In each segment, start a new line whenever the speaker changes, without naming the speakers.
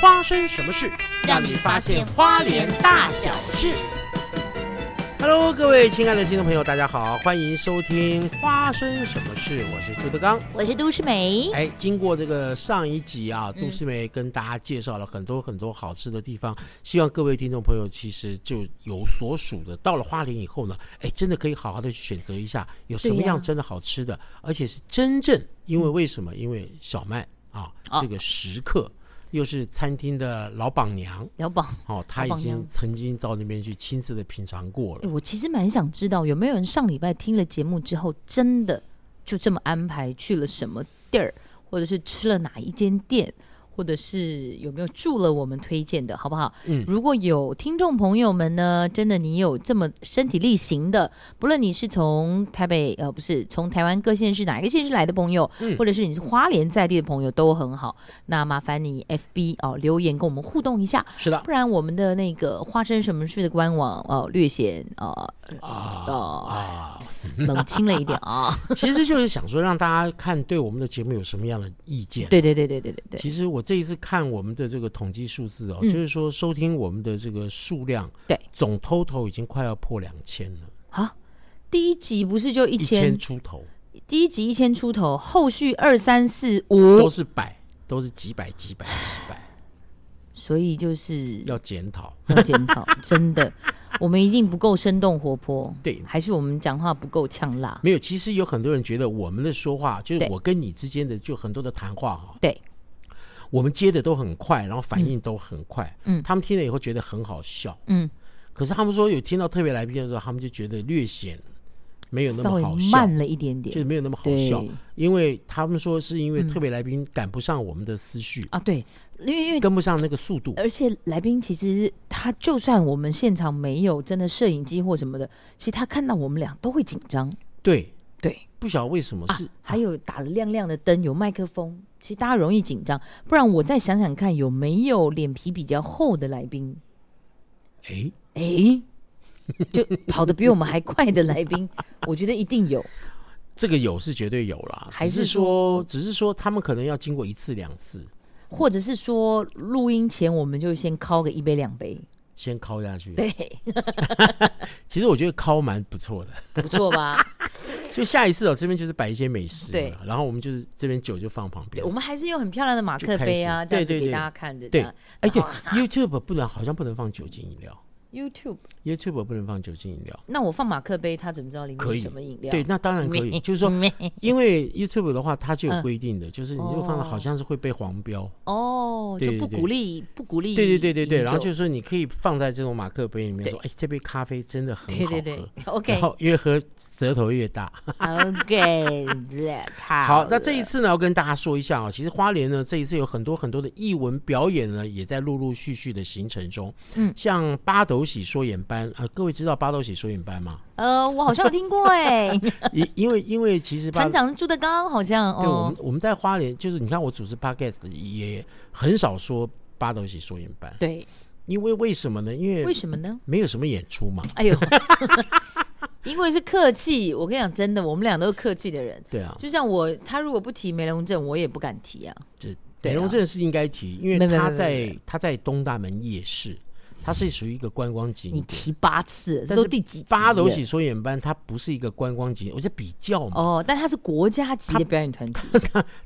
发生什么事？
让你发现花莲大小事。
Hello，各位亲爱的听众朋友，大家好，欢迎收听《发生什么事》，我是朱德刚。
我是都市梅，
哎，经过这个上一集啊，
嗯
杜世梅跟大家介绍了很多很多好吃的地方，希望各位听众朋友其实就有所属的，到了花莲以后呢，哎，真的可以好好的选择一下有什么
对呀
样真的好吃的，而且是真正，因为为什么？因为小麦啊，
哦
这个食客又是餐厅的老板娘。
姚宝，
哦，他已
棒
经
呀
曾经到那边去亲自的品尝过
哎
了。
我其实蛮想知道有没有人上礼拜听了节目之后，真的就这么安排去了什么地儿，或者是吃了哪一间店，或者是有没有住了我们推荐的，好不好？
嗯
如果有听众朋友们呢，真的你有这么身体力行的，不论你是从台北呃不是从台湾各县市哪一个县市来的朋友，
嗯
或者是你是花莲在地的朋友都很好，那麻烦你 FB 哦、留言跟我们互动一下。
是的
不然我们的那个发生什么事的官网哦，略显哦
啊
哦
啊，
冷清了一点 啊。
其实就是想说让大家看对我们的节目有什么样的意见。
对对对对对对对，
其实我这一次看我们的这个统计数字哦，
嗯
就是说收听我们的这个数量，
对，
总 total 已经快要破两千了，
好，第一集不是就一
一千
千，
出头，
第一集一千出头，后续二三四
都
五，
是百，都是几百、几百、几百，
所以就是
要检讨。
要检 讨，真的，我们一定不够生动活泼，
对
还是我们讲话不够呛辣，
没有，其实有很多人觉得我们的说话，就是
对
我跟你之间的就很多的谈话哈、
对，
我们接的都很快，然后反应都很快，
嗯
他们听了以后觉得很好笑，
嗯，
可是他们说有听到特别来宾的时候，他们就觉得略显没有那
稍
么
微
好笑，
慢了一点
就是
点，
没有那么好笑
对，
因为他们说是因为
嗯
特别来宾赶不上我们的思绪，
啊，对，因为因为
跟不上那个速度，
而且来宾其实他就算我们现场没有真的摄影机或什么的，其实他看到我们俩都会紧张。
对，
对，
不晓得为什么是、
还有打了亮亮的灯，有麦克风，其实大家容易紧张。不然我再想想看，有没有脸皮比较厚的来宾？
哎，
诶，就跑得比我们还快的来宾， 我觉得一定有。
这个有是绝对有啦，
还
只
是
是说只是说他们可能要经过一次两次
或者是说，录音前我们就先敲个一杯两杯，
先敲下去，
对，
其实我觉得敲蛮不错的。
不错吧？
就下一次哦，这边就是摆一些美食，
对，
然后我们就是这边酒就放旁
对，
边
我。们还是用很漂亮的马克杯啊，
就开始对
这样子
对
给
对
大家看着。
对
这样
哎，对，YouTube
啊
不能，好像不能放酒精饮料
，YouTube。
，YouTube 不能放酒精饮料。
那我放马克杯，他怎么知道里面
可
有
以
什么饮料？
对，，那当然可以，就是说， 因为 YouTube 的话，它就有规定的，就是你如果放了，
嗯哦
好像是会被黄标。
哦，
对
就
对
不
对
鼓励，不鼓励饮酒。
对对对对对，然后就是说你可以放在这种马克杯里面，
对
说，哎，这杯咖啡真的很
对
好喝。
对对
然后越喝舌头越大。
，OK，OK，太
好，那这一次呢，要跟大家说一下哦，其实花莲呢这一次有很多很多的艺文表演呢，也在陆陆续续的行程中。
嗯
像八斗喜说演班，呃，各位知道八斗喜说演班 吗？
呃，我好像有听过 哎，
因因为因为其实八
团长朱德刚好像
对我
哦
们，我们在花莲，就是你看我主持 podcast 也很少说八斗喜说演班，
对，
因为为什么呢？因
为
为
什么呢？
没有什么演出嘛。
哎呦， 因为是客气，我跟你讲，真的，我们俩都是客气的人。
对啊，
就像我，他如果不提梅龙镇，我也不敢提啊。
这
对
美
啊
容镇是应该提，因为
没没没
它
没
在它在东大门夜市，它是属于一个观光景
你
点。
提八次了，这
嗯但
都
是
第几集啊了？
八斗喜说演班，它不是一个观光景点，我在比较嘛，
哦，但他是国家级的表演团 体，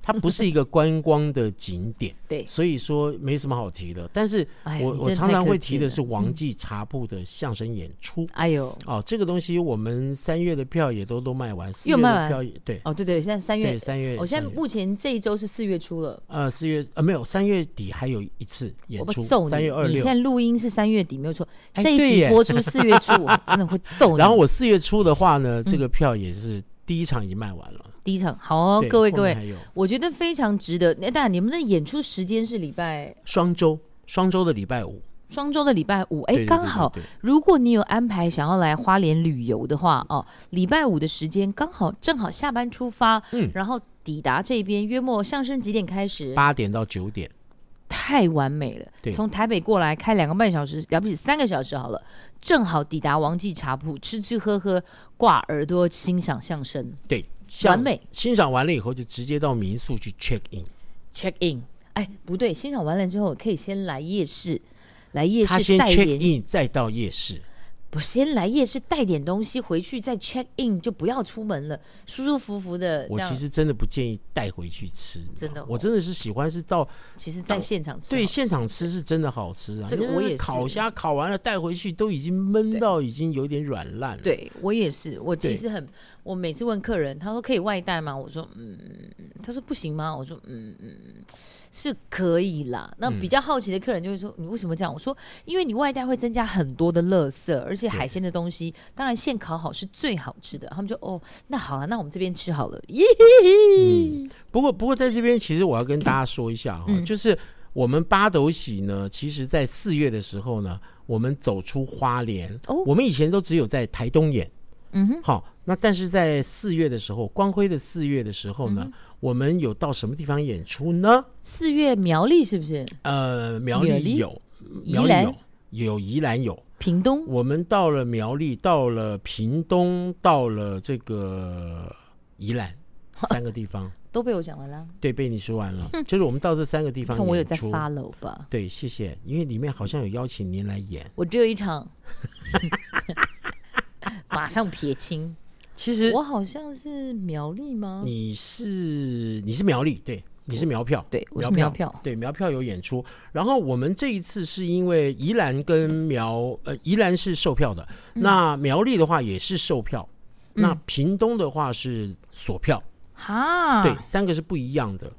它不是一个观光的景点，
对，
所以说没什么好提的。但是
哎呀
我
你
我
真的
常
太
常
客
会
气
提的
了
是王记茶铺的相声演出。
哎呦，
哦，这个东西我们三月的票也都都卖完，四
又
月
卖
的
完
票也对，
哦，对对，现在三月哦
对，三月
我现在
三月
目前这一周是四月初了，
呃四月呃没有三月底还有一次演
我会
出
揍，你！
三月二
你
六
现，在录音是三月底，没有错。
哎
这一
对
集
耶
播出四月 初，我真的会揍你。
然后我四月初的话呢，这个票也是第一场已卖完了。
第一场，好哦
对，
各位
后
各
面
位，
还有
我觉得非常值得。那当然，你们的演出时间是礼拜
双周，双周的礼拜五，
双周的礼拜五，
对
哎，
对
刚
对
好。
对
如果你有安排想要来花莲旅游的话，哦，礼拜五的时间刚好正好下班出发，
嗯
然后抵达这边，约莫上升几点开始？
八点到九点，
太完美了！
对
从台北过来开两个半小时，了不起三个小时好了，正好抵达王记茶铺，吃吃喝喝，挂耳朵欣赏相声
对，像
美
欣赏完了以后，就直接到民宿去 check in。
，check in。哎，不对，欣赏完了之后可以先来夜市，来夜
他
市
先
带点，
check in 再到夜市，
不先来夜市带点东西回去，再 check in 就不要出门了，舒舒服服的。
我
这样
其实真的不建议带回去吃，你知道
真的哦哦
我真的是喜欢是到
其实在现场吃
对
好
现场吃是真的好吃啊，
这个
因为
我
那
也是
烤虾烤完了带回去都已经闷
对
到已经有点软烂了，，
对我也是，我其
对
实很，我每次问客人，他说可以外带吗？我说嗯，他说不行吗？我说嗯嗯，是可以啦。那
嗯
比较好奇的客人就会说，你为什么这样？我说，因为你外带会增加很多的垃圾，而且海鲜的东西，当然现烤好是最好吃的。他们就哦，那好了，那我们这边吃好了。咦，
不过，不过在这边，其实我要跟大家说一下哈、
嗯
就是我们八斗喜呢，其实在四月的时候呢，我们走出花莲，
哦
我们以前都只有在台东演，
嗯哼，
好，那但是在四月的时候，光辉的四月的时候呢，
嗯
我们有到什么地方演出呢？
四月苗栗是不是？
呃，苗
苗
栗
栗
有，
宜
苗栗
兰
有，有宜兰有，
屏东
我们到了苗栗，到了屏东，到了这个宜 兰三个地方。
都被我讲完了，
对，被你说完了，就是我们到这三个地方
看我有
演
在
出。
发楼吧？
对，谢谢，因为里面好像有邀请您来演。
我只有一场， 马上撇清。
其实
我好像是苗栗吗？
呃你是你是苗栗，对，你是苗票，
对我是苗
票
票，
对，苗票有演出。然后我们这一次是因为宜兰跟苗，呃，宜兰是售票的，
嗯
那苗栗的话也是售票，那屏东的话是锁票，
哈，
对，，三个是不一样的。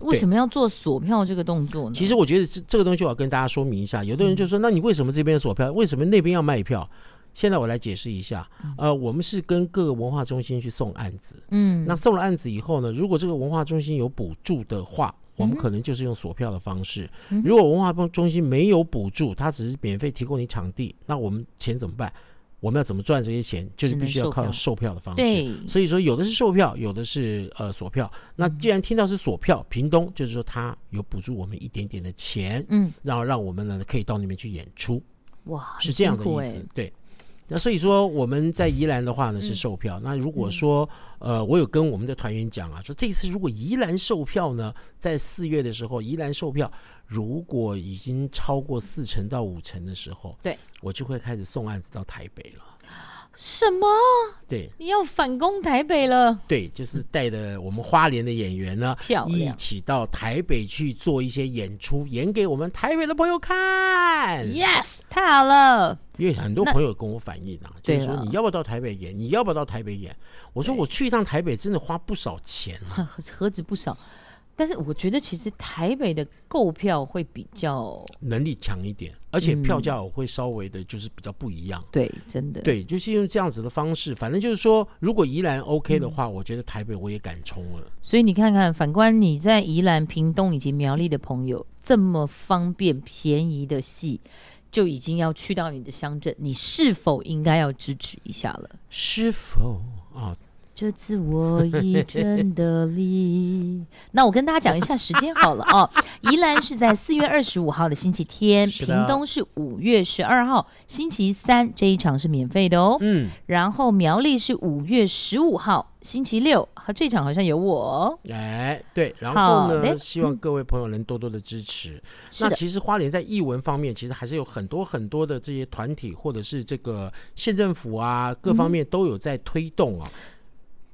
为什么要做锁票这个动作呢？
其实我觉得这这个东西我要跟大家说明一下，有的人就说，那你为什么这边锁票，为什么那边要卖票？现在我来解释一下，呃，我们是跟各个文化中心去送案子，
嗯，
那送了案子以后呢，如果这个文化中心有补助的话，我们可能就是用索票的方式。如果文化中心没有补助，它只是免费提供你场地，那我们钱怎么办？我们要怎么赚这些钱？就是必须要靠售票的方
对
式。所以说，有的是售票，有的是呃索票。那既然听到是索票，屏东就是说它有补助我们一点点的钱，
嗯，
然后让我们呢可以到那边去演出。
哇，
是这样的意
很
思
辛苦，欸
对。那所以说我们在宜兰的话
嗯
呢是售票，那如果说呃我有跟我们的团员讲啊，说这次如果宜兰售票呢，在四月的时候宜兰售票如果已经超过四成到五成的时候，
对
我就会开始送案子到台北了。
哎什么？
对
你要反攻台北了？
对，就是带着我们花莲的演员呢，
漂
一
亮
起到台北去做一些演出，演给我们台北的朋友看。
？Yes，太好了，
因为很多朋友跟我反映啊，就是
对
说
了
你要不要到台北演？你要不要到台北演？我说我去一趟台北真的花不少钱啊。
呵何何止不少。但是我觉得其实台北的购票会比较
能力强一
嗯
点，而且票价我会稍微的就是比较不一样。
对，真的
对，就是用这样子的方式，反正就是说，如果宜兰 OK 的话，我觉得台北我也敢冲了。
所以你看看，反观你在宜兰、屏东以及苗栗的朋友，这么方便便宜的戏，就已经要去到你的乡镇，你是否应该要支持一下了？
是否啊？
这次我已真的离。 那我跟大家讲一下时间好了哦。宜兰是在四月二十五号的星期天，
是
屏
的
东是五月十二号星期三，这一场是免费的哦。
嗯，
然后苗栗是五月十五号星期六，好这场好像有我哦、
哎，对，然
好
后呢，
嘞
希望各位朋友能多多的支持。
是
那
的
其实花莲在艺文方面，其实还是有很多很多的这些团体或者是这个县政府啊，各方面都有在推动啊。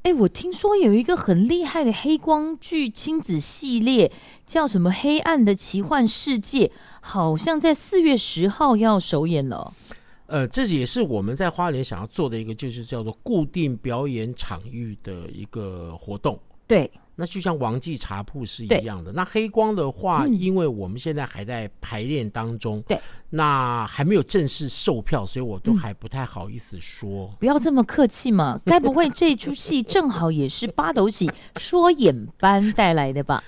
哎，我听说有一个很厉害的黑光剧亲子系列，叫什么《黑暗的奇幻世界》，好像在四月十号要首演了。
呃，这也是我们在花莲想要做的一个，就是叫做固定表演场域的一个活动。
对，
那就像王记茶铺是一
对嗯
样的。那黑光的话，因为我们现在还在排练当中，
对，嗯
那还没有正式售票，所以我都还不太好意思说。
不要这么客气嘛，该不会这出戏正好也是八斗喜说演班带来的吧？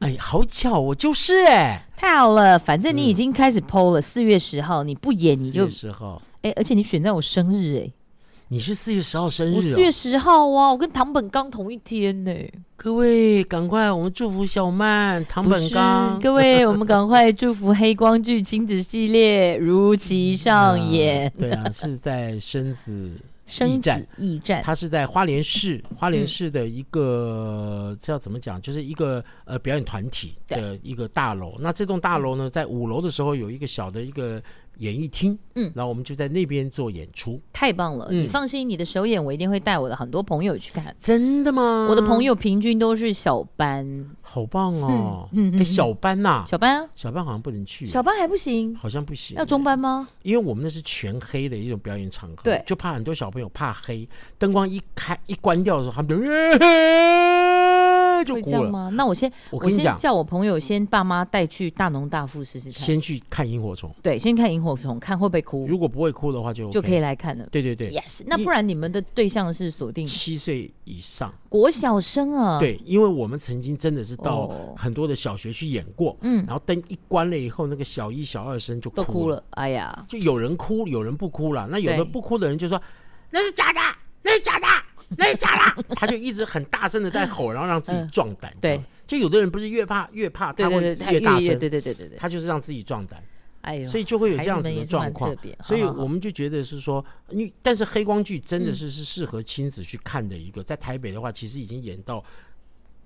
哎，好巧，我就是哎、
太好了，反正你已经开始剖了。四月十号你不演你就
四月十号，
哎，而且你选在我生日哎、
你是四月十号生
我
日、
四
哦
月，十号啊，我跟唐本刚同一天呢、
各位赶快，我们祝福小曼、唐
不
本
是
刚。
各位，我们赶快祝福黑光
嗯
剧亲子系列如期上演。
啊啊对啊，是在深子驿
生
站
子驿站，
它是在花莲市，花莲
嗯
市的一个、这要怎么讲，就是一个呃表演团体的一个大楼。那这栋大楼呢，在五楼的时候有一个小的一个演艺厅，
嗯
然后我们就在那边做演出。
太棒了！
嗯
你放心，你的首演我一定会带我的很多朋友去看。
真的吗？
我的朋友平均都是小班，
好棒哦！
嗯嗯嗯
诶小班呐、
小班啊，
小班好像不能去，
小班还不行，
好像不行，
要中班吗？
因为我们那是全黑的一种表演场合，
对
就怕很多小朋友怕黑，灯光一开一关掉的时候，他们就、就
会这
哭
样
了。
吗？那我先，
我
我
跟你
先
讲，
叫我朋友先爸妈带去大农大富试试看，
先去看萤火虫，
对，先看萤火虫，看会不会哭，
如果不会哭的话就、OK、
就可以。来看了。
对对对，
Yes，那不然你们的对象是锁定
七岁以上，
国小生啊？，
对，因为我们曾经真的是到
哦
很多的小学去演过，
嗯，
然后灯一关了以后，那个小一、小二生就
都
哭
哭了，哎呀，
就有人哭，有人不哭了。那有的
对
不哭的人就说：“那是假的，那是假的，那是假的。” 他就一直很大声的在吼，然后让自己
嗯
壮胆。
对
这样，就有的人不是越怕越怕，
对
他
对
会
对，
越大
越
声，
对对对对对，
他就是让自己壮胆，
哎呦，
所以就会有这
孩子
样子
们也
的
是蛮
状况
特别。啊
所以
好好好
我们就觉得是说，你但是黑光剧真的是
嗯
是适合亲子去看的一个，在台北的话，其实已经演到。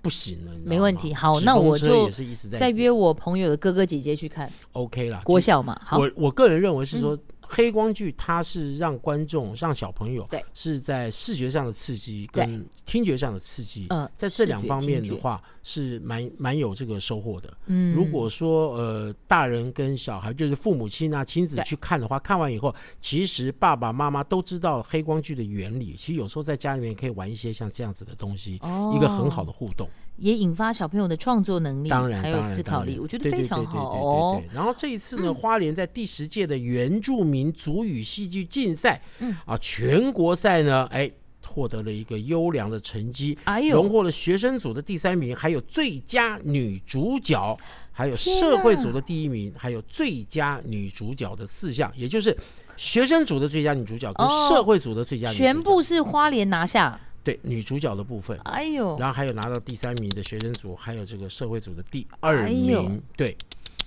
不行了，你知道
没问题
吗
好
直
那
通
我
车
就
也是一直
再
在
约我朋友的哥哥姐姐去看
OK 了。
国小嘛，好，嗯
我我个人认为是说，黑光剧它是让观众、让小朋友
对
是在视觉上的刺激跟听觉上的刺激，
嗯
在
视
这两
觉
方
听
面的
觉
话是蛮蛮有这个收获的。
嗯，
如果说呃大人跟小孩，就是父母亲啊亲子
对
去看的话，看完以后，其实爸爸妈妈都知道黑光剧的原理，其实有时候在家里面可以玩一些像这样子的东西，
哦
一个很好的互动。
也引发小朋友的创作能力，
当然，
还
当
有
然，
思
当
考力，
然
我觉得
对
非
对对
常
对对
好
对
哦
对。然后这一次呢，花莲在第十届的原住民族语戏剧竞赛，
嗯
啊，全国赛呢，哎，获得了一个优良的成绩，
哎
荣
呦，
获了学生组的第三名，还有最佳女主角，还有
天
社会
哪
组的第一名，还有最佳女主角的四项，也就是学生组的最佳女主角跟
哦
社会组的最佳女主角，
全部是花莲拿下，
对女主角的部分。
哎呦，
然后还有拿到第三名的学生组，还有这个社会组的第二
哎呦
名，对，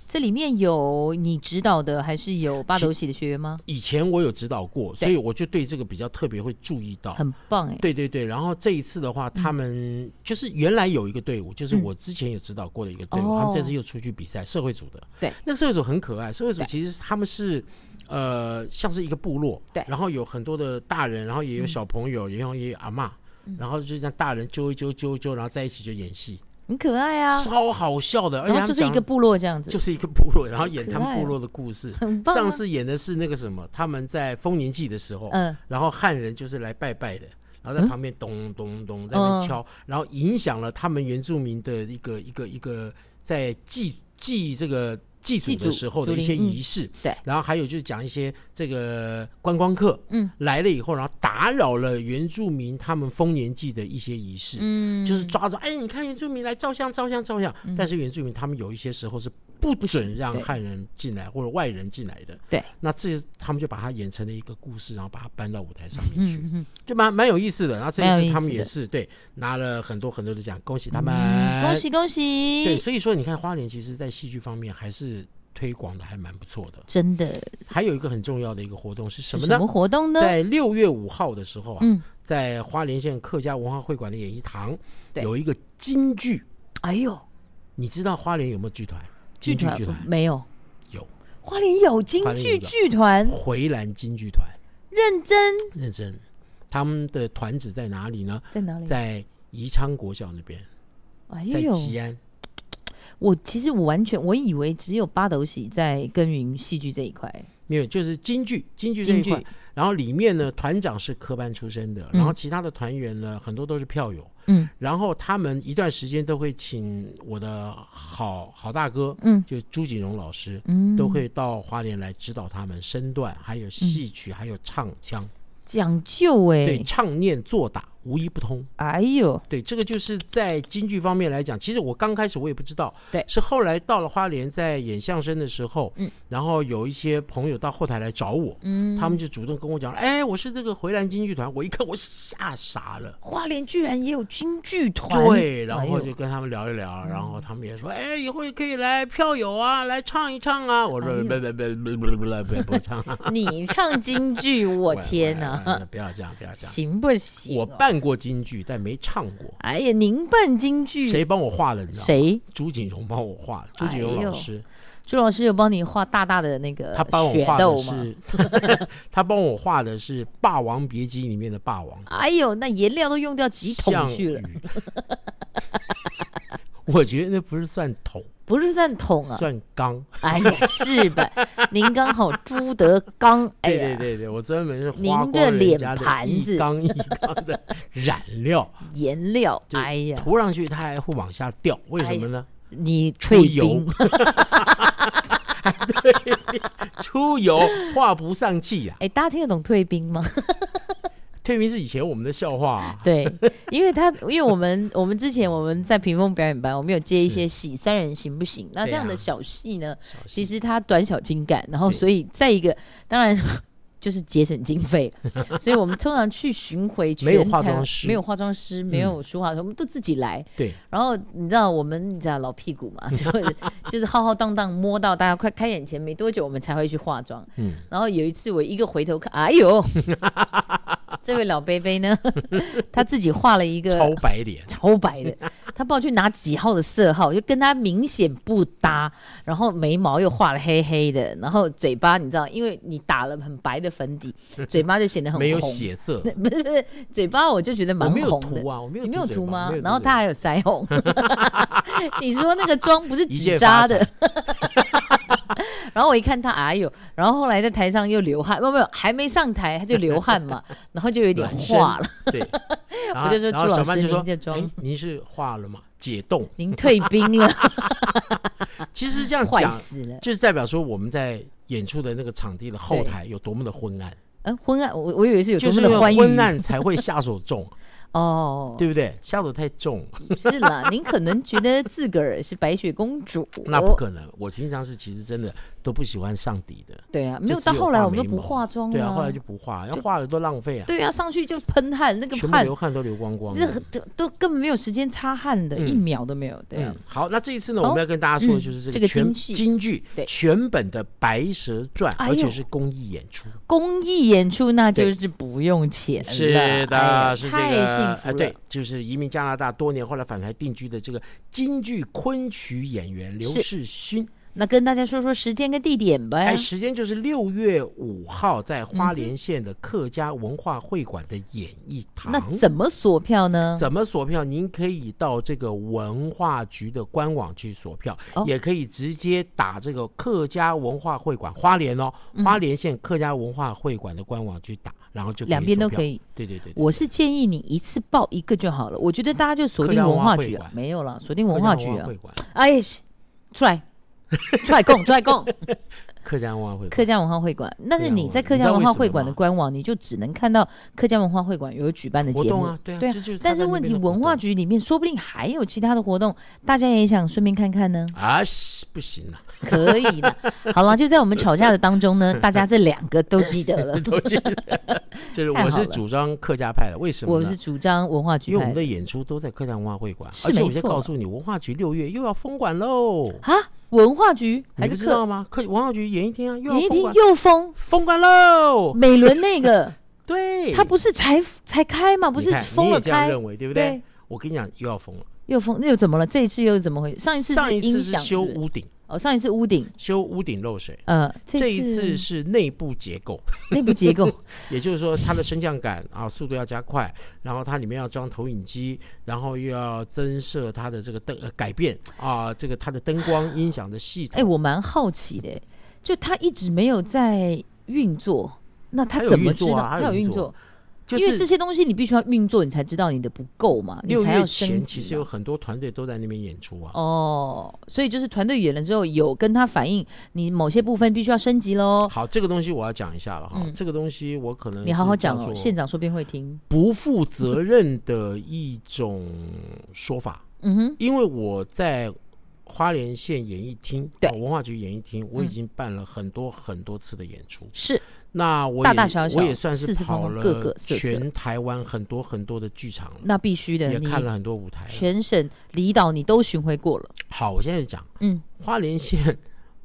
这里面有你指导的，还是有八
其
斗喜的学员吗？
以前我有指导过，
对
所以我就对这个比较特别会注意到。
很棒哎，
哦对对对，然后这一次的话，他们就是原来有一个队伍，就是
嗯
我之前有指导过的一个队伍，
哦
他们这次又出去比赛，社会组的。
对，
那社会组很可爱，社会组
对
其实他们是。呃，像是一个部落，
对嗯
然后有很多的大人，然后也有小朋友，然后也有阿嬷，然后就这样大人揪一揪揪一揪，然后在一起就演戏，
很可爱啊。
超好笑的，而且
然
他们
后就是一
讲
个部落这样子，
就是一个部落，然后演
可
他们
爱
部
哦
落的故事，
很棒啊。
上次演的是那个什么，他们在丰年祭的时候，
嗯，
然后汉人就是来拜拜的，然后在旁边咚咚咚在那边
哦
敲，然后影响了他们原住民的一个一个一个在祭祭这个。祭祖的时候的一些仪式，
嗯对
然后还有就是讲一些这个观光客，
嗯，
来了以后，然后打扰了原住民他们丰年祭的一些仪式，
嗯，
就是抓着，哎，你看原住民来照相，照相，照相。但是原住民他们有一些时候是不准让
对
汉人进来或者外人进来的。
对，
那这他们就把它演成了一个故事，然后把它搬到舞台上面去，
嗯嗯，
就蛮蛮有意思的。然后这
蛮有
一次
意思
他们也
的
是对拿了很多很多的奖，恭喜他们，
嗯恭。喜恭
哎 对，
喜！
所以说你看花莲其实在戏剧方面还是推广的还蛮不错的。
真的
还有一个很重要的一个活动是什
是
么
什
呢？
么活动呢？
在六月五号的时候啊，
嗯
在花莲县客家文化会馆的演艺堂
对
有一个京剧。
哎呦，
你知道花莲有没有剧团？京剧剧团
没有，
有
花莲有京
花莲有
剧
的
剧团，
回蓝京剧团，
认真
认真。他们的团址在哪里呢？
在哪里？
在宜昌国小那边，
哎
在
呦，
吉安。
我其实我完全我以为只有八斗喜在耕耘戏剧这一块，
没有，就是京剧，京剧这
京
一
剧
块。然后里面呢，团长是科班出身的，然后其他的团员呢，很多都是票友。
嗯，
然后他们一段时间都会请我的好好大哥，
嗯
就是朱景荣老师，
嗯，
都会到花莲来指导他们身段，还有戏曲，还有唱腔。
讲究哎、
对，唱念做打，无一不通。
哎呦，
对，这个就是在京剧方面来讲，其实我刚开始我也不知道，
对
是后来到了花莲在演相声的时候，
嗯，
然后有一些朋友到后台来找我，
嗯，
他们就主动跟我讲，哎，我是这个回兰京剧团，我一看我吓傻了。
花莲居然也有京剧团，
对，然
哎
后
呦嗯
就跟他们聊一聊，然后他们也说，哎，以后也可以来票友啊，来唱一唱啊。我说
哎呦
不不不不不不不不不唱啊，
你唱京剧，我
喂
天！
喂
哪，
哎喂不要这样，不要 这样。
行不行？
我，办过京剧，但没唱过。
哎呀，您办京剧，
谁帮我画的？你知道吗？
嗯谁？
朱景荣帮我画的，朱景
哎
荣
呦
老师，
朱老师有帮你画大大的那个
他帮我
雪
画的
豆吗？
是， 他帮我画的是《霸王别姬》里面的霸王
哎呦，那颜料都用掉几桶
项
去了，
羽。我觉得那不是算桶，
不是算桶啊！
算缸。
哎呀，是吧？您刚好朱德刚，哎
对
呀，
对对对，我专门是
您
花
这
光人
脸
家的
盘
一
子
缸一缸的 染料，
颜料，
就
哎呀，
涂上去它还会往下掉，为
哎
什
呀
么呢？
你
出
脆
油
冰，
出油画不上气呀、
哎，大家听得懂退冰吗？
特别是以前我们的笑话、啊，
对，因为他因为我们 我们之前我们在屏风表演班，我们有接一些戏，三人行不行？那
对
这样
啊
的小戏呢，
小
其
心
实它短小精干，然后
对
所以再一个，当然 就是节省经费， 所以我们通常去巡回全
没有化
台
妆师嗯
没有化妆师，没有书画，我们都自己来。
对
然后你知道我们你知道老屁股 嘛，就是就是浩浩荡荡摸到大家快开演前没多久，我们才会去化妆。
嗯
然后有一次我一个回头看，哎呦，这位老贝贝呢，他自己画了一个
超白脸。
超 白的，他不知道去拿几号的色号，就跟他明显不搭，然后眉毛又画了黑黑的，然后嘴巴你知道，因为你打了很白的 粉底，嘴巴就显得很红。
没有血色，
不是不是，嘴巴我就觉得蛮
我没有
红的。
涂啊，我没有
你没有
嘴
涂
巴
吗
没有？涂
然后
嘴
他
巴
还有 腮红，你说那个妆不是
一
纸
介
扎
发
的
财，
然后我一看他，哎呦！然后后来在台上又流汗，没有没有，还没上台他就流汗嘛，然后就有点
暖身
化了。
对，然后
我就说
然后
朱老
小曼就
师您
说
这：“妆
哎，您是化了吗？解冻。
您退兵了，
其实这样
啊坏
讲，
死了。
就是代表说我们在演出的那个场地的后台有多么的昏暗，
嗯，昏暗，我我以为是有
就
多
是
么
因
的欢
为
愉
昏 暗才会下手重，
哦，
对不对？下手太重，，
是啦，您可能觉得自个儿是白雪公主
那不可能。我平常是其实真的都不喜欢上底的，
对啊，没
就
有
只
到
有
后来
画
我们都
眉
不
毛
化妆
对
啊，
啊，后来就不化，要化了多浪费啊，
对啊，上去就喷汗，那个
全部
汗
流汗都流光光
那
了
个。都都根本没有时间擦汗的，一
嗯
秒都没有，对啊
嗯，，好，那这一次呢，
好嗯
我们要跟大家说的就是这
这
个
个
全
京剧
京剧
对
全本的《白蛇传》，
哎
而且
呦
是公益演出。
公益演出那
对
就是不用钱了，
是
哎
的，
呀
是这
太
个
幸福
哎
了，
对，就是移民加拿大多年，后来返台定居的这个京剧昆曲演员刘
是
世勋。
那跟大家说说时间跟地点呗
哎，，时间就是六月五号在
嗯
花莲县的客家文化会馆的演艺堂。
那怎么索票呢？
怎么索票？您可以到这个文化局的官网去索票，
哦
也可以直接打这个客家文化会馆花莲哦，
嗯
花莲县客家文化会馆的官网去打，然后就可以
两边
索
都
票
可。以。
对对对对
我是建议你一次报一个就好了。我觉得大家就锁定文化
客
局
家文化会
啊
馆，
没有了，锁定
客
文
家
化局啊
会。馆，
哎，是出来，出来供，出 来供。
客家文化会馆。
客家文化会馆，但
啊
是你在客
客
家
家文化会馆
文化会馆的官网，你就只能看到客家文化会馆有举办的
活
节
动
目
啊，对啊，这就是他
但是
在那
问题，
边的活
文化
动
局里面说不定还有其他的活动，大家也想顺便看看呢。
啊是不行啊，
可 以的，好了，就在我们吵架的当中呢，大家这两个都记得了。
都是就是我
太好
是
了
主张客家派的，为什么
我
呢
是？主张文化
因
局
为我
派
们
的
的演出都在客家文化会馆，
是
而且
没
我先
错
告诉你，文化局六月又要封馆喽，
啊，文化局
你
还
不
是
知
客
道吗？客文化局演一天啊，又要
演艺
封
厅
馆，
又封
封馆喽，
美伦那个，
对，
他不是才才开吗？不
你
是
看
封
你
了
也这样
开，
认为对不对？我跟你讲，又要封了。
又封，那又怎么了？这一次又怎么回事？上一次
上一次
音
是
响
修
是不是
屋顶，
哦，上一次屋顶，
修屋顶漏水。
呃，
这一
一
次是内部结构，
内部结构
也就是说，它的升降杆啊速度要加快，然后它里面要装投影机，然后又要增设它的这个灯、呃、改变啊，这个它的灯光音响的系
哎、
统。
我蛮好奇的，欸就他一直没有在运作，那他
它有
怎么
运
知
作
道
啊它有
有
运
运
作
作？
就
因为这
是
些东西你必须要运作，你才知道你的不够嘛，你
六
才要
月
升
前
级啊
其
嘛。
实有很多团队都在那边演出啊。
哦，所以就是团队远了之后，有跟他反映你某些部分必须要升级喽。
好，这个东西我要讲一下了哈，
哦嗯
这个东西我可能
你好好
是叫
讲哦，
做
县长说不定会听。
不负责任的一种说法，
嗯哼，
因为我在花莲县演艺厅，
对嗯
啊文化局演艺厅，我已经办了很多很多次的演出，
是
那我也
大大小小
我也算
四
是
四方
跑
方各个
了
色色
全台湾很多很多的剧场了，
那必须的，
也
你
看了很多舞台了。
全省离岛你都巡回过了。
好，我现在讲
嗯，
花莲县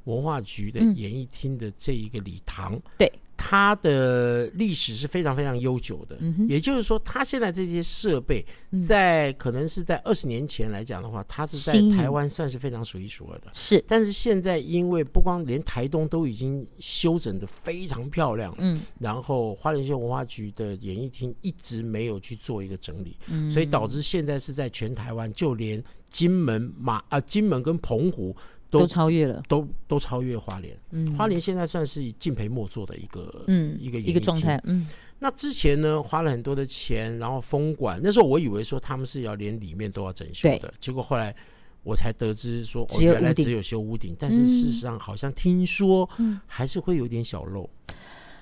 文化局的
嗯
演艺厅的这一个礼堂，
对，
它的历史是非常非常悠久的。
嗯哼
也就是说，它现在这些设备
嗯
在可能是在二十年前来讲的话，它是在
新颖
台湾算是非常数一数二的。
是，
但是现在，因为不光连台东都已经修整的非常漂亮了，
嗯
然后花莲县文化局的演艺厅一直没有去做一个整理，
嗯，
所以导致现在是在全台湾，就连金门马啊、金门跟澎湖
都
都
超越了。
都都超越花莲。
嗯，
花莲现在算是敬陪末座的一个
嗯
一个演
一
艺
个状
厅
态。，嗯
那之前呢，花了很多的钱，然后封馆。那时候我以为说他们是要连里面都要整修的，结果后来我才得知说，哦，
只有
原来
屋顶
只有修屋顶，但是事实上好像听说
嗯
还是会有点小漏。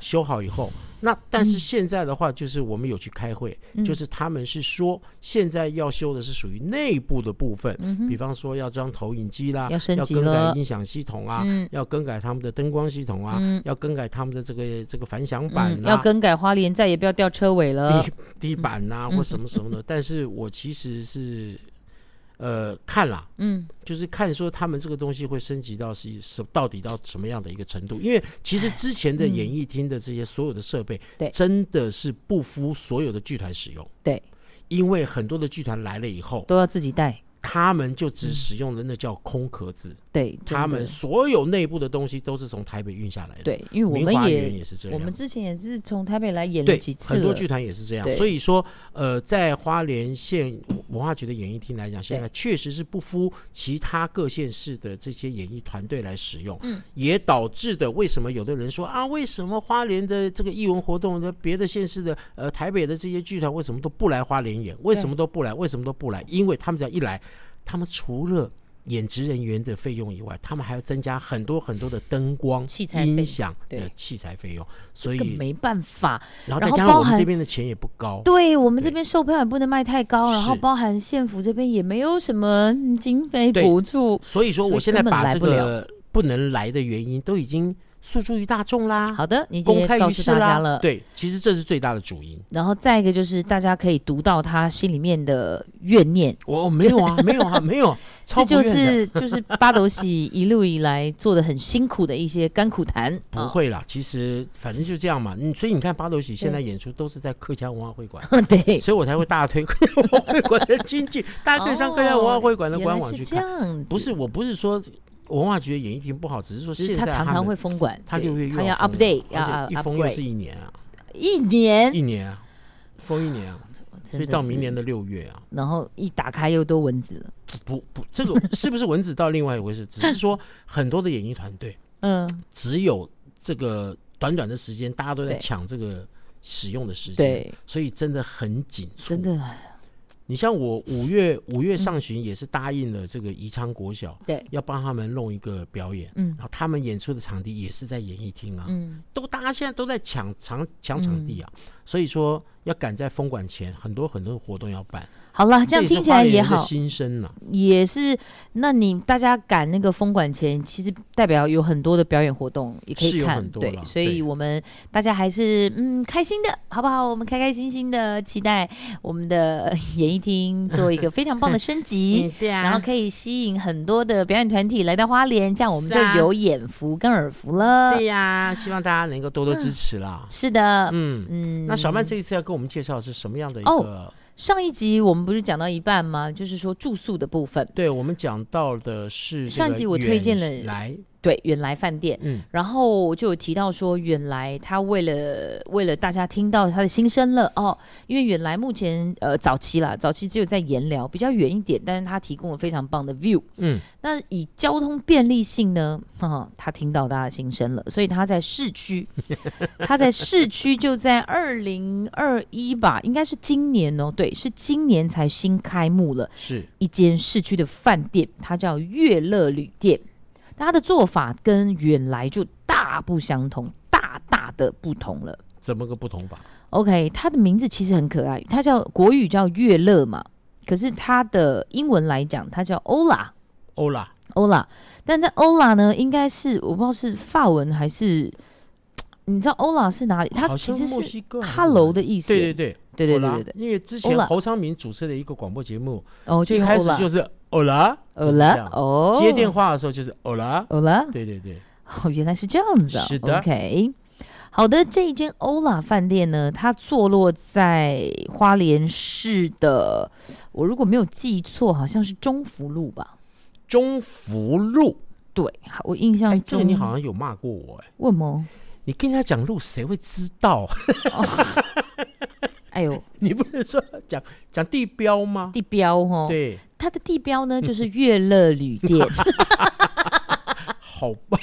修好以后，那但是现在的话，就是我们有去开会，
嗯
就是他们是说现在要修的是属于内部的部分，
嗯哼
比方说要装投影机啦，
要升级
更改
了
音响系统啊，
嗯
要更改他们的灯光系统啊，
嗯
要更改他们的这个这个反响板
嗯，
啦，
要更改花莲，再也不要掉车尾了。
地地板呐、
嗯
或什么什么的。但是我其实是呃看啦，
嗯，
就是看说他们这个东西会升级到是什到底到什么样的一个程度？因为其实之前的演艺厅的这些所有的设备，
对
真的是不敷所有的剧团使用。
对，
因为很多的剧团来了以后，
都要自己带。
他们就只使用了那叫空壳子，
对，嗯真
他们
的
所有内部的东西都是从台北运下来的。，
对，因为我
明
们
华
也
园也是这
我
样
们。之前也是从台北来演了
对
几，次
很多
了
剧团也是这样，
对
所以说，呃，在花莲县文化局的演艺厅来讲，现在确实是不敷其他各县市的这些演艺团队来使用，嗯，也导致的为什么有的人说啊，为什么花莲的这个艺文活动的别的县市的呃台北的这些剧团为什么都不来花莲演？为什么都不来？为什么都不来？因为他们只要一来，他们除了演职人员的费用以外，他们还要增加很多很多的灯光、
器材费
音响的
对
器材费用，所
更
以
没办法。
然后
然
再
后
加上
包
我们
含
这边的钱也不高，
对我们这
对
边售票也不能卖太高，然后
是
包含县府这边也没有什么经费
对
补助。
所以说
所
我
以
现在
根本
把
来
这
不
个不能来的原因都已经诉诸于大众啦，
好的，你今
公
天
开
告
于
诉
世
大
啦。
家了。
对，其实这是最大的主因。
然后再一个就是大家可以读到他心里面的怨念，
我没有 啊，没有啊，没有，超
这
不
就
愿的。
是哦就是 八斗喜一路以来做的很辛苦的一些甘苦谈。
不
啊
会啦，其实反正就这样嘛。嗯，所以你看八斗喜现在演出都是在客家文化会馆，
哦对，
所以我才会大推客家文化会馆的经 济，大家可以上客家文化会馆的
哦
官
原来
网
是
去
这
看。
样子，
不是，我不是说文化局的演艺厅不好，只是说
只
现
是
在
他常常
们
会封馆，
他
对
六月又
他要
封了
update，要
而且一封
upgrade
又是一年啊，
一年，
一年啊，封一年啊，所以
真的
到
是
明年，的六月啊，
然后一打开又多蚊子了。
不不，这个是不是蚊子到另外一回事，只是说很多的演艺团队
嗯，
只有这个短短的时间，大家都在
对
抢这个使用的时间，
对，
所以真的很紧促。
真，的，嗯
你像我五月五月上旬也是答应了这个宜昌国小，
对，
要帮他们弄一个表演。
嗯
然后他们演出的场地也是在演艺厅啊，
嗯，
都大家现在都在抢抢抢场地啊，所以说要赶在封馆前，很多很多活动要办。
好了，啊这样
也是
听起
花
来
莲
也
人的
好，
心声啊呐、
也是。那你大家赶那个封馆前，其实代表有很多的表演活动也可
是
以
有
看
很，多
对
啦，
所以
对
我们大家还是嗯开心的，好不好？我们开开心心的期待我们的 演艺厅做一个非常棒的 升级。
对啊
然后可以吸引很多的表演团体来到花莲，这样我们
是
就
啊
有眼福跟耳福了。
对呀、啊希望大家能够多多支持啦。
是的，
嗯，
嗯，
那小曼这一次要跟我们介绍的是什么样的一个？
哦上一集我们不是讲到一半吗？就是说住宿的部分，
对我们讲到的是这个
上集我推荐了
远来
对远来饭店，
嗯，
然后就有提到说远来他为了为了大家听到他的心声了哦，因为远来目前呃早期啦，早期只有在盐寮比较远一点，但是他提供了非常棒的 view，
嗯，
那以交通便利性呢，哈、他听到大家的心声了，所以他在市区，他在市区就在二零二一吧，应该是今年哦，对，是今年才新开幕了
是
一间市区的饭店，它叫悦乐旅店，它的做法跟原来就大不相同，大大的不同了。
怎么个不同法？
OK，它的名字其实很可爱，它叫国语叫悦乐嘛，可是它的英文来讲，它叫 Ola。
欧啦，
Ola，但在 Ola 呢，应该是我不知道是法文还是，你知道 Ola 是哪里？它
好
其
像
实
墨
是
西哥还是哪里
Hello 的意思。
对对对
对对对对对
因为之前
Hola
侯昌明主持的一个广播节目，
哦，就
最
用
开始
Ola
就是欧啦，就是这
Ola
样
哦，
接电话的时候就是欧啦，
Ola
对对对，
哦，原来是这样子啊。
是的
OK，好的，这一间欧拉饭店呢，它坐落在花莲市的，我如果没有记错，好像是中福路吧？
中福路，
对，我印象
哎，
嗯
这
中，
个你好像有骂过我，哎，
为什么？
你跟人家讲路谁会知道？
哎呦，
你不是说讲讲地标吗？
地标哦，
对，
它的地标呢就是悦乐旅 店，
好棒，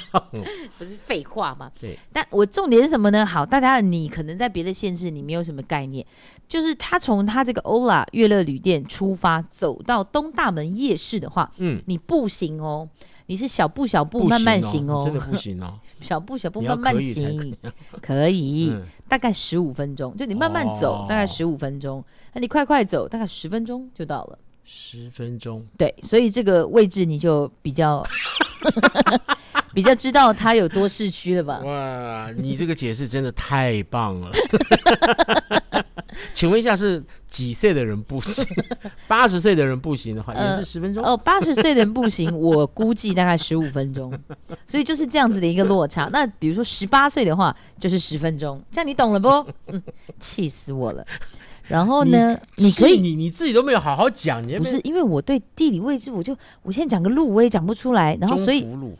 不是废话吗？
对，
但我重点是什么呢？好，大家你可能在别的县市你没有什么概念，就是他从他这个欧拉悦乐旅店出发，走到东大门夜市的话，
嗯，
你步行哦，你是小步小步
不
慢慢
行
行
哦，
哦，
真的不行哦，
小步小步
你要
慢慢
可以才
行，可以，
嗯
大概十五分钟，就你慢慢走，
哦
大概十五分钟，那你快快走，大概十分钟就到了。
十分 钟，
对，所以这个位置你就 比较比较知道它有多市区了吧？
哇，你这个解释真的太棒了。 请问一下，是几岁的人不 行？八十岁的人不行的话，也
呃
是十分钟。
哦，八十岁的人步行，我估计大概十五分钟，所以就是这样子的一个落差。那比如说十八岁的话，就是十分钟，这样你懂了不？嗯，气死我了。然后呢，你可
是
以
你你自己都没有好好讲，你还
不
没
是因为我对地理位置，我就我现在讲个路我也讲不出来，然后
中
所以
福路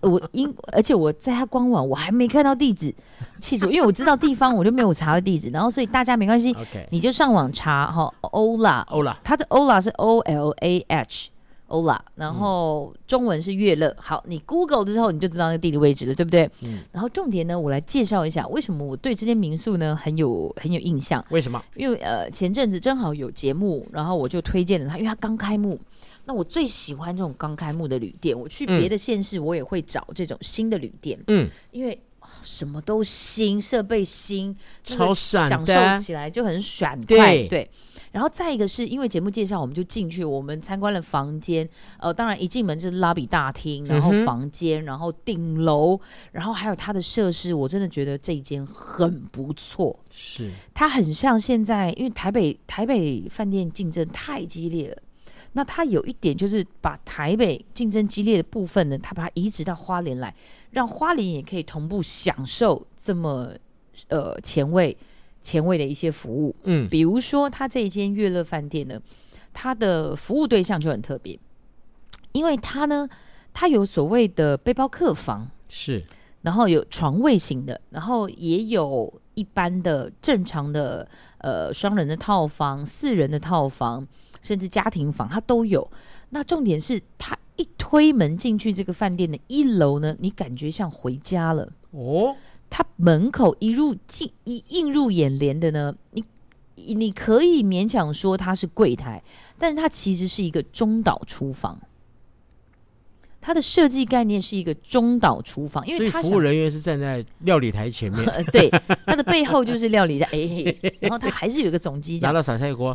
我因而且我在他官网我还没看到地址，气死我！因为我知道地方，我就没有查到地址，然后所以大家没关系，
OK，
你就上网查哈，Ola，
欧啦，
它的 Ola 是 O L A H。Ola，然后中文是乐乐。好，你 Google 之后你就知道那个地理位置了，对不对？
嗯
然后重点呢，我来介绍一下为什么我对这间民宿呢很有很有印象。
为什么？
因为呃前阵子正好有节目，然后我就推荐了它，因为它刚开幕。那我最喜欢这种刚开幕的旅店，我去
嗯
别的县市我也会找这种新的旅店，
嗯，
因为。哦什么都新，设备新，那个
超闪
享
的啊
受起来就很爽快。
对
对，然后再一个是因为节目介绍，我们就进去，我们参观了房间，呃，当然一进门就是拉比大厅，然后
嗯哼
房间，然后顶楼，然后还有它的设施，我真的觉得这一间很不错。
是
它很像现在，因为台北台北饭店竞争太激烈了。那它有一点就是把台北竞争激烈的部分呢，它把它移植到花莲来，让花莲也可以同步享受这么呃前卫前卫的一些服务。
嗯
比如说，它这一间悦乐饭店呢，它的服务对象就很特别，因为它呢，它有所谓的背包客房，
是
然后有床位型的，然后也有一般的正常的呃双人的套房、四人的套房，甚至家庭房，它都有。那重点是，它一推门进去这个饭店的一楼呢，你感觉像回家了。
哦，
它门口一入进一映入眼帘的呢，你你可以勉强说它是柜台，但是它其实是一个中岛厨房。它的设计概念是一个中岛厨房，因
所
为
以
它
服
想
务人员是站在料理台前面，
呃，对，它的背后就是料理的，哎，然后它还是有一个总机
拿
讲，
到炒菜锅，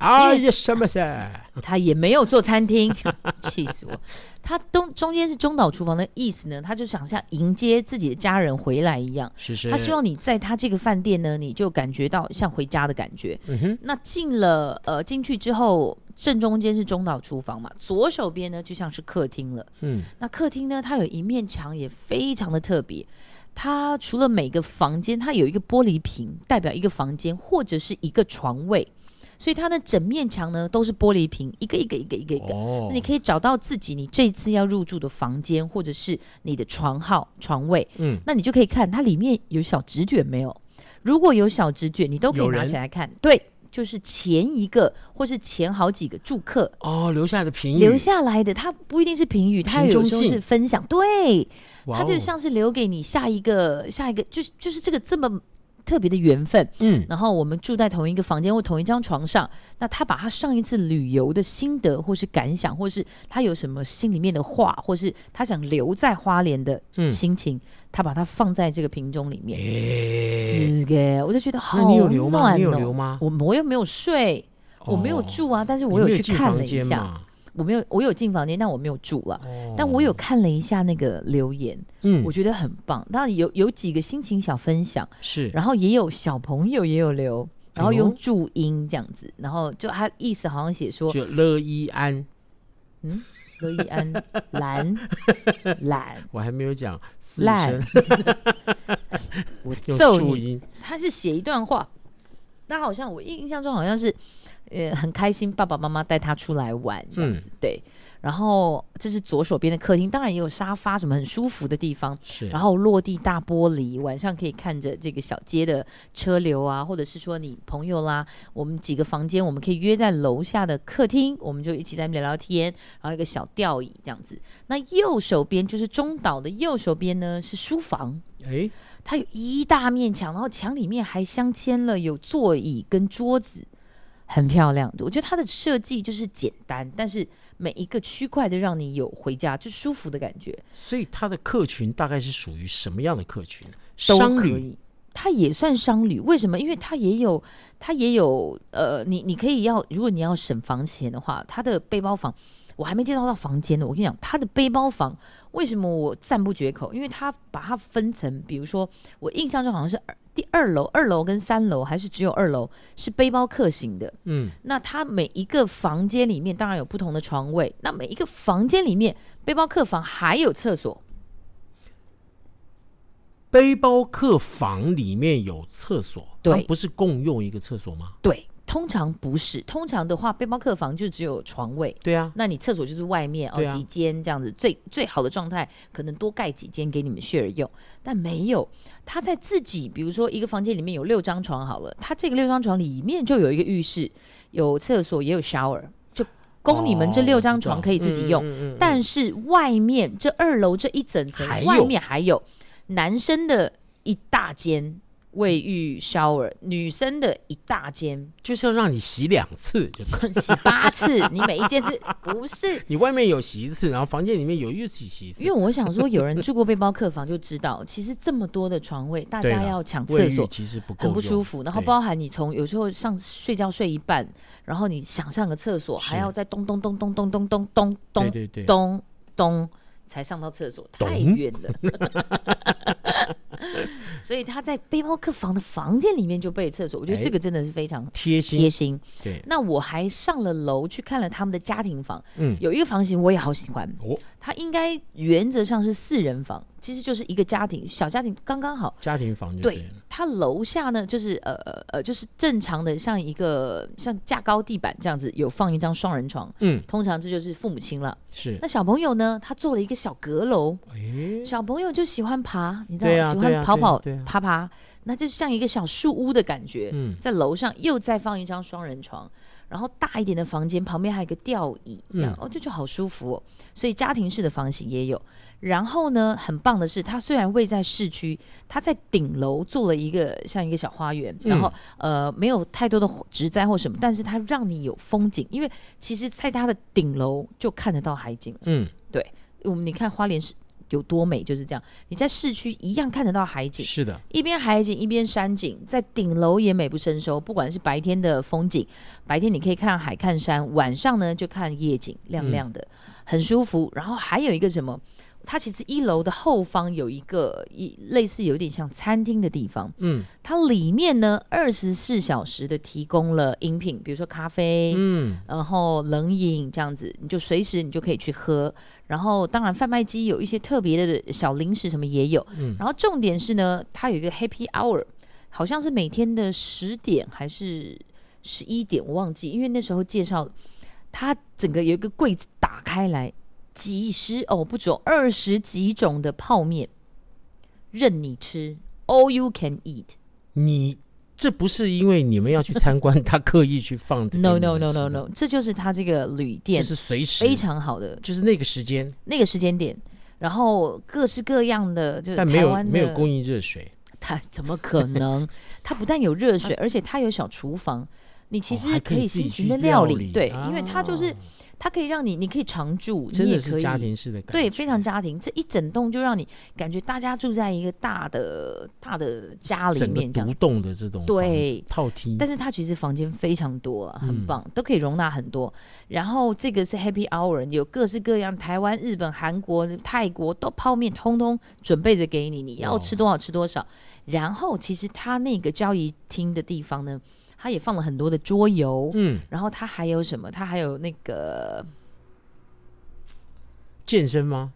啊呀什 么噻？
它也没有做餐厅， 气死我！它东中间是中岛厨房的意思呢，它就想像迎接自己的家人回来一样，
是是，
他希望你在他这个饭店呢，你就感觉到像回家的感觉。
嗯哼
那进了呃进去之后，正中间是中岛厨房嘛，左手边呢就像是客厅了。
嗯
那客厅呢，它有一面墙也非常的特别。它除了每个房间，它有一个玻璃屏，代表一个房间或者是一个床位。所以它的整面墙呢都是玻璃瓶，一个一个一个一个一个。
哦
那你可以找到自己你这次要入住的房间，或者是你的床号、床位，
嗯，
那你就可以看它里面有小纸卷没有。如果有小纸卷，你都可以
有
拿
人
起来看。对，就是前一个或是前好几个住客
哦，留下的评语，
留下来的，它不一定是评语，它有
评
时
中
候
信
是分享。对，
哇哦，
它就像是留给你下一个下一个，就是就是这个这么特别的缘分。
嗯，
然后我们住在同一个房间或同一张床上，那他把他上一次旅游的心得或是感想，或是他有什么心里面的话，或是他想留在花莲的
嗯
心情，他把它放在这个瓶中里
哎
面。
诶，
是的，我就觉得好
那你有留吗？
暖
你有
哦
留吗？
我我又没有睡，我没有
哦
住啊，但是
你
我有
没有
去
进
看
房
了一
间
下，
嘛
我没有我有进房间，但我没有住了。
哦
但我有看了一下那个留言，
嗯
我，觉得很棒。当然有有几个心情小分享，
是
然后也有小朋友也有留，然后
哎呦
用注音这样子，然后就他意思好像 写说
就乐一安，
罗一安 懒懒
我还没有讲四
懒
声，
我
用
揍
注
你！
音，
他是写一段话，他好像我印印象中好像是呃很开心，爸爸妈妈带他出来玩这样
嗯
子，对。然后这是左手边的客厅，当然也有沙发什么很舒服的地方。
是，
然后落地大玻璃，晚上可以看着这个小街的车流啊，或者是说你朋友啦，我们几个房间，我们可以约在楼下的客厅，我们就一起在那边聊聊天，然后一个小吊椅这样子。那右手边就是中岛的右手边呢是书房，
哎，
它有一大面墙，然后墙里面还镶嵌了有座椅跟桌子，很漂亮。我觉得它的设计就是简单，但是每一个区块都让你有回家就舒服的感觉。
所以他的客群大概是属于什么样的客群？
都
商
可
旅
以，它也算商旅。为什么？因为它也有，它也有，呃，你你可以要，如果你要省房钱的话，它的背包房，我还没介绍到房间呢。我跟你讲，它的背包房为什么我赞不绝口？因为它把它分层，比如说我印象中好像是二第二楼、二楼跟三楼，还是只有二楼是背包客型的。
嗯，
那它每一个房间里面当然有不同的床位，那每一个房间里面背包客房还有厕所。
背包客房里面有厕所，
对
它不是共用一个厕所吗？
对，通常不是，通常的话，背包客房就只有床位，
对啊，
那你厕所就是外面哦、
对啊
几间这样子，最最好的状态可能多盖几间给你们 share 用，但没有，他在自己，比如说一个房间里面有六张床好了，他这个六张床里面就有一个浴室，有厕所也有 shower，就供你们这
哦
六
我知
张床
道
可以自己用，
嗯嗯嗯嗯
但是外面这二楼这一整层
还有
外面还有男生的一大间卫浴 shower，女生的一大间
就是要让你洗两次，就可以
洗八次，你每一间是不是？
你外面有洗一次，然后房间里面有又洗洗一
因
次
为，我想说，有人住过背包客房就知道，其实这么多的床位，大
对
家
啦
要抢
卫
厕
浴
所
其实不够
很
用，
不舒服。然后
对
包含你从有时候上睡觉睡一半，然后你想上个厕所，还
是
要再咚咚咚咚咚咚咚咚咚
对对对，
咚咚才上到厕所，太
咚
远了。所以他在背包客房的房间里面就备厕所，我觉得
哎
这个真的是非常
贴心，
贴心。
对，
那我还上了楼去看了他们的家庭房，
嗯，
有一个房型我也好喜欢，
哦，
它应该原则上是四人房，其实就是一个家庭小家庭刚刚好。
家庭房就
对
了，
它楼下呢，就是呃呃呃，就是正常的像一个像架高地板这样子，有放一张双人床，
嗯，
通常这就是父母亲了。
是，
那小朋友呢？他做了一个小阁楼，
哎，
小朋友就喜欢爬，你知道
对
吗？
啊
喜
对
欢
啊
跑
对啊
跑、
对啊
爬爬，那就像一个小树屋的感觉。
嗯
在楼上又再放一张双人床，然后大一点的房间旁边还有一个吊椅，这样、
嗯
哦，这就好舒服哦。所以家庭式的房型也有。然后呢，很棒的是，它虽然位在市区，它在顶楼做了一个像一个小花园，
嗯
然后、呃没有太多的植栽或什么，但是它让你有风景，因为其实在它的顶楼就看得到海景了。
嗯，
我们你看花莲是有多美，就是这样。你在市区一样看得到海景，
是的，
一边海景一边山景，在顶楼也美不胜收。不管是白天的风景，白天你可以看海看山，晚上呢就看夜景，
嗯
亮亮的，很舒服。然后还有一个什么？它其实一楼的后方有一个一类似有点像餐厅的地方，
嗯
它里面呢二十四小时的提供了饮品，比如说咖啡，
嗯，
然后冷饮这样子，你就随时你就可以去喝。然后当然贩卖机有一些特别的小零食什么也有。
嗯
然后重点是呢，它有一个 Happy Hour，好像是每天的十点还是十一点，我忘记，因为那时候介绍它整个有一个柜子打开来，几十哦不止哦二十几种的泡面，任你吃，all you can eat。
你这不是因为你们要去参观，他刻意去放的。
No no no no no，这就是它这个旅
就
店
是随时
非，常好的
就是那个时间，
那个时间点，然后各式各样的，就是
但没
台
有
湾的
没有供应热水，
它怎么可能？它不但有热 水，而且它有小厨房，你其
哦
实
还可以
以
自己
辛
去
勤的
料
理，
理
对，
啊
因为它就是它可以让你，你可以常住，
真
你也
的
可
是
以
家庭式的感觉。
对，非常家庭，这一整栋就让你感觉大家住在一个大的大的家里
整个
面这样
独。栋的这种
对
房子套厅，
但是它其实房间非常多了，
嗯
很棒，都可以容纳很多。然后这个是 Happy Hour，有各式各样，台湾、日本、韩国、泰国都泡面，通通准备着给你，你要
哇
吃多少吃多少。然后其实它那个交易厅的地方呢，它也放了很多的桌游，
嗯，
然后它还有什么？它还有那个
健身吗？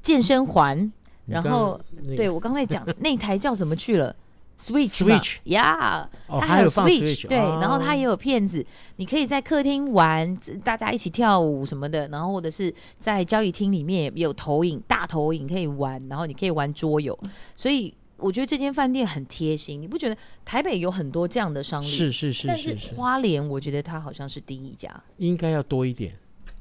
健身环，
你
然
刚
后
那个
对我刚 才讲那台叫什么去了？Switch
Switch
呀
哦
它
还有放
Switch，
Switch，
对，
哦
然后它也有片子，你可以在客厅玩，大家一起跳舞什么的，然后或者是在交易厅里面也有投影，大投影可以玩，然后你可以玩桌游，所以我觉得这间饭店很贴心，你不觉得？台北有很多这样的商旅，
是是是
但
是
是
是，
花莲我觉得它好像是第一家，
应该要多一点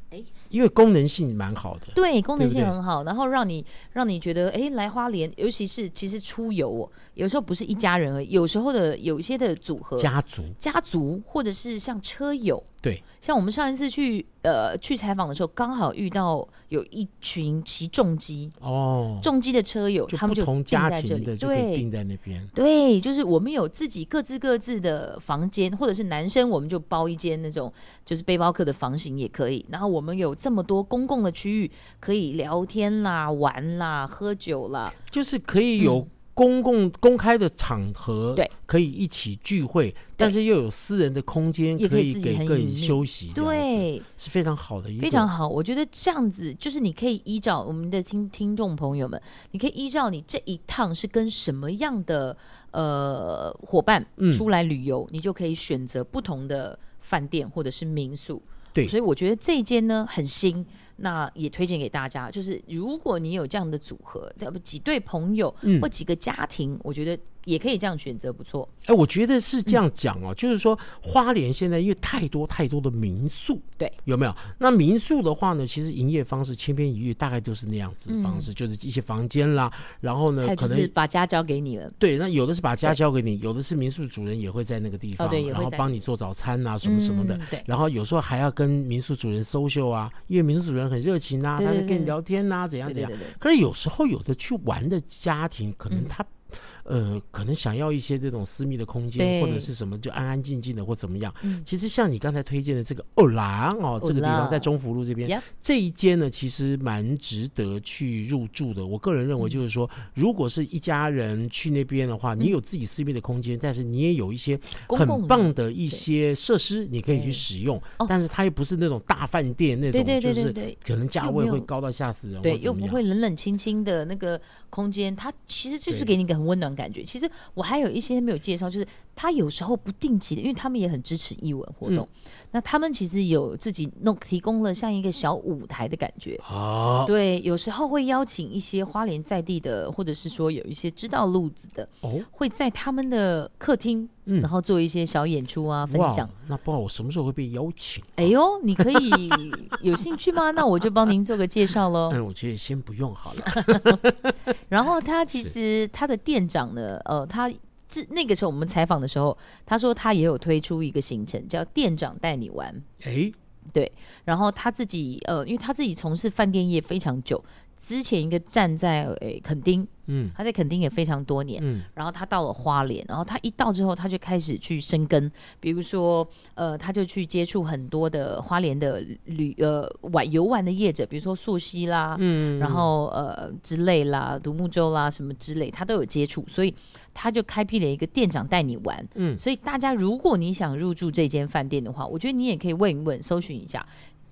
哎，
因为功能性蛮好的。
对，功
对
能
不
性
对
很好，然后让你让你觉得，哎，来花莲，尤其是其实出游、哦，有时候不是一家人而已，有时候的有一些的组合，
家族
家族或者是像车友，
对，
像我们上一次去呃去采访的时候，刚好遇到有一群骑重机，
哦，
重机的车友，
就
他们
不
就
同
定
家
在这
庭
里，
的就可以
对
定在那边。
对，就是我们有自己各自各自的房间，或者是男生我们就包一间那种就是背包客的房型也可以。然后我们有这么多公共的区域可以聊天啦、玩啦、喝酒啦，
就是可以有公共、公开的场合，
嗯对，
可以一起聚会，但是又有私人的空间，
也可
可
以
以
自己
给
很
个
隐
人
秘
休息，，
对，
是非常好的一个
非常好。我觉得这样子就是你可以依照我们的听听众朋友们，你可以依照你这一趟是跟什么样的呃伙伴
嗯
出来旅游，你就可以选择不同的饭店或者是民宿。
对
所以我觉得这一间呢很新，那也推荐给大家。就是如果你有这样的组合，要不几对朋友
嗯
或几个家庭，我觉得也可以这样选择，不错。
哎，我觉得是这
嗯
样讲哦，就是说花莲现在因为太多太多的民宿，
对，
有没有？那民宿的话呢，其实营业方式千篇一律，大概都是那样子的方式，就是一些房间啦，然后
还
呢，
有
呃可
嗯就
能
是把家交给你了。
对，那有的是把家交给你，有的是民宿主人也会在那个地方，
哦对也会
然后
在
帮你做早餐啊，什么什么的。
嗯对
然后有时候还要跟民宿主人 social 啊，因为民宿主人很热情啊，
对
他
对
会跟你
对
聊天啊，怎样
对
怎
对
样
对。对，
可是有时候有的去玩的家庭，可能
嗯
他、呃，可能想要一些这种私密的空间，
对
或者是什么，就安安静静的或怎么样。
嗯
其实像你刚才推荐的这个欧郎哦，这个地
欧
方
郎
在中福路这边
Yep
这一间呢，其实蛮值得去入住的。我个人认为，就是说，
嗯
如果是一家人去那边的话，你有自己私密的空间，但是你也有一些
公共
很
的
棒的一些设施，你可以去
对
使用
哦。
但是它又不是那种大饭店那
对
种，
对对
就
对
是
对。
可能价
又
位
没
会
有
高到吓死人，
对，
或
又
怎么
不
样
会冷冷清清的那个空间，它其实就是
对
给你一个很温暖感觉。其实我还有一些没有介绍，就是它有时候不定期的，因为他们也很支持艺文活动，
嗯
那他们其实有自己弄提供了像一个小舞台的感觉。
啊
对，有时候会邀请一些花莲在地的，或者是说有一些知道路子的，
哦。
会在他们的客厅，
嗯
然后做一些小演出啊，分
哇哦
享。，
那不知道我什么时候会被邀请。
哎呦，你可以有兴趣吗？那我就帮您做个介绍喽。
哎但我觉得先不用好 了。
然后他其
是
实他的店长呢，呃，他自那个时候我们采访的时候，他说他也有推出一个行程叫店长带你玩。
哎，
然后他自己呃，因为他自己从事饭店业非常久，之前一个站在诶垦丁，
嗯
他在垦丁也非常多年。
嗯，
然后他到了花莲，然后他一到之后，他就开始去生根，比如说，呃，他就去接触很多的花莲的旅呃玩游玩的业者，比如说溯溪啦，嗯，然后呃之类啦，独木舟啦什么之类，他都有接触，所以他就开辟了一个店长带你玩，
嗯
所以大家如果你想入住这间饭店的话，我觉得你也可以问一问，搜寻一下。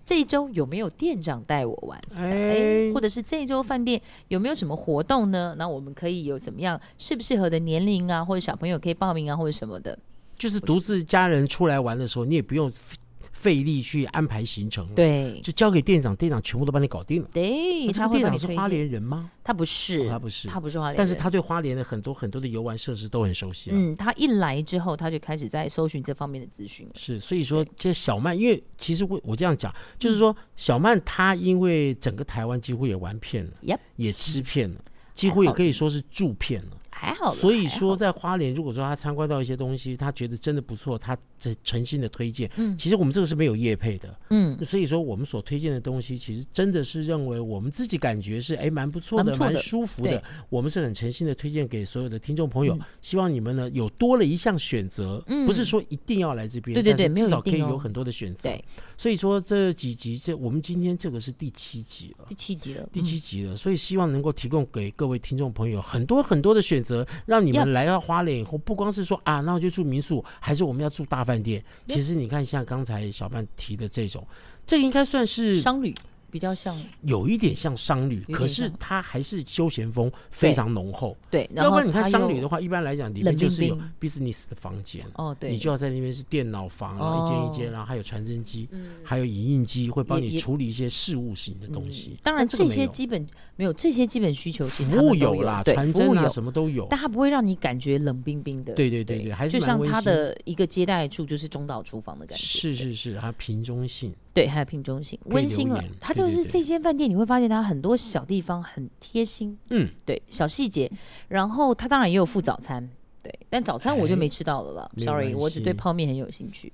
这一周有没有店长带我玩？哎，
哎
或，者是这一周饭店有没有什么活动呢？那我们可以有怎么样适不适合的年龄啊，或者小朋友可以报名啊，或者什么的。
就是独自家人出来玩的时候，你也不用费费力去安排行程了，，
对
就交给店长，店长全部都帮你搞定了。
对，
那这
他
个
会
店
帮你
长是
推
花
荐。
莲人吗？
他不是，
哦他不是
他不是花莲人，
但是他对花莲的很多很多的游玩设施都很熟悉啊了。
嗯，他一来之后，他就开始在搜寻这方面的资讯了。
是，所以说这小曼，因为其实我我这样讲，就是
嗯
说小曼她因为整个台湾几乎也玩遍了
Yep
也吃遍了，几乎也可以说是住遍了。
还好啦，
所以
还
说，
好，
在花莲，如果说她参观到一些东西，她觉得真的不错，她这诚心的推荐。
嗯
其实我们这个是没有业配的，
嗯，
所以说我们所推荐的东西，其实真的是认为我们自己感觉是哎蛮不错的，
蛮不错的
蛮舒服的
对。
我们是很诚心的推荐给所有的听众朋友，希望你们呢有多了一项选择，
嗯
不是说一定要来这边，
对对对
但
没
是至
有一
少可以
定哦
有很多的选择。
对，
所以说这几集，这我们今天这个是第七集了。
第七集了，
第
嗯
七集了，所以希望能够提供给各位听众朋友很多很多的选择，让你们来到花莲以后，不光是说啊，那我就住民宿，还是我们要住大饭店。
Yep
其实你看，像刚才小曼提的这种，这个应该算是
商旅比较像
有一点像商旅，
点
可是
像
它还是休闲风非常浓厚。
对，然
要不
后
然你看
他
商
又
旅的话，一般来讲里面
冷
就是
冰
有
冰
business 的房间。
哦，对，哦
你就要在那边是电脑房，然后一间一间，然后还有传真机，还有影印机，会帮
嗯也
你
也嗯
处理一些事务型的东西。
当然
但这
这
个没
些
有
基本没有这些基本需求，其实
服
他
务
们都
有啦，
对，
传
服务
真啊
有，
什么都有。
但它不会让你感觉冷冰冰的。
对对对对还是
就
蛮
像
温
它
馨
的一个接待处就是中岛厨房的感觉，
是是是，它瓶中性，
对，还有瓶中性，
以
温馨
留
了
言。
它
对
就
对
是
对
这间饭店，你会发现它很多小地方很贴心，
嗯，
对，小细节。然后它当然也有附早餐，对，但早餐我就
哎
没吃到了啦
没有
，sorry，
关
我只对
系
泡面很有兴趣。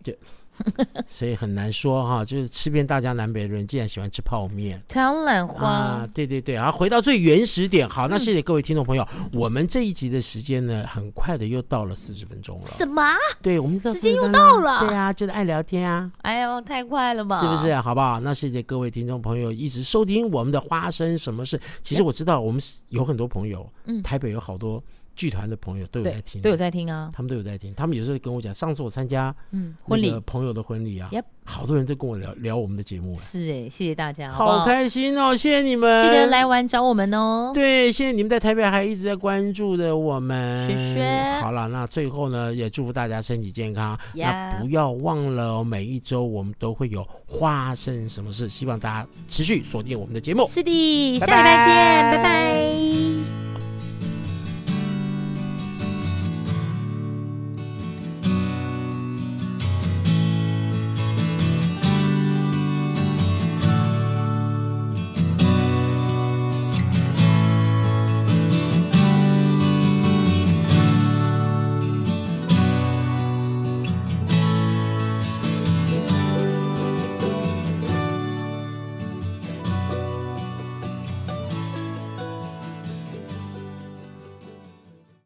所以很难说哈，就是吃遍大江南北的人，竟然喜欢吃泡面。
当然
啊
花，，
对对对，好，回到最原始点，
嗯
好，那谢谢各位听众朋友，我们这一集的时间呢，很快的又到了四十分钟了，
什么？
对，我们到
啊时间
40
又
分钟
到了
对啊，就是爱聊天啊，
哎呦，太快了吧？
是不是？？好不好？那谢谢各位听众朋友一直收听我们的花生什么事。其实我知道我们是有很多朋友，
嗯
台北有好多剧团的朋友都有在
对
听，，
都有在听啊。
他们都有在听，他们有时候跟我讲，上次我参加
嗯，
那
婚礼
个朋友的婚礼啊
Yep
好多人都跟我聊聊我们的节目、哎
是哎，谢谢大家，好不
好
好？
开心哦！谢谢你们，
记得来玩找我们哦。
对，谢谢你们在台北还一直在关注的我们。
谢谢
好了，那最后呢，也祝福大家身体健康。那
Yeah
不要忘了哦，每一周我们都会有花生什么事，希望大家持续锁定我们的节目。
是的，下
拜
礼拜见，
拜
拜拜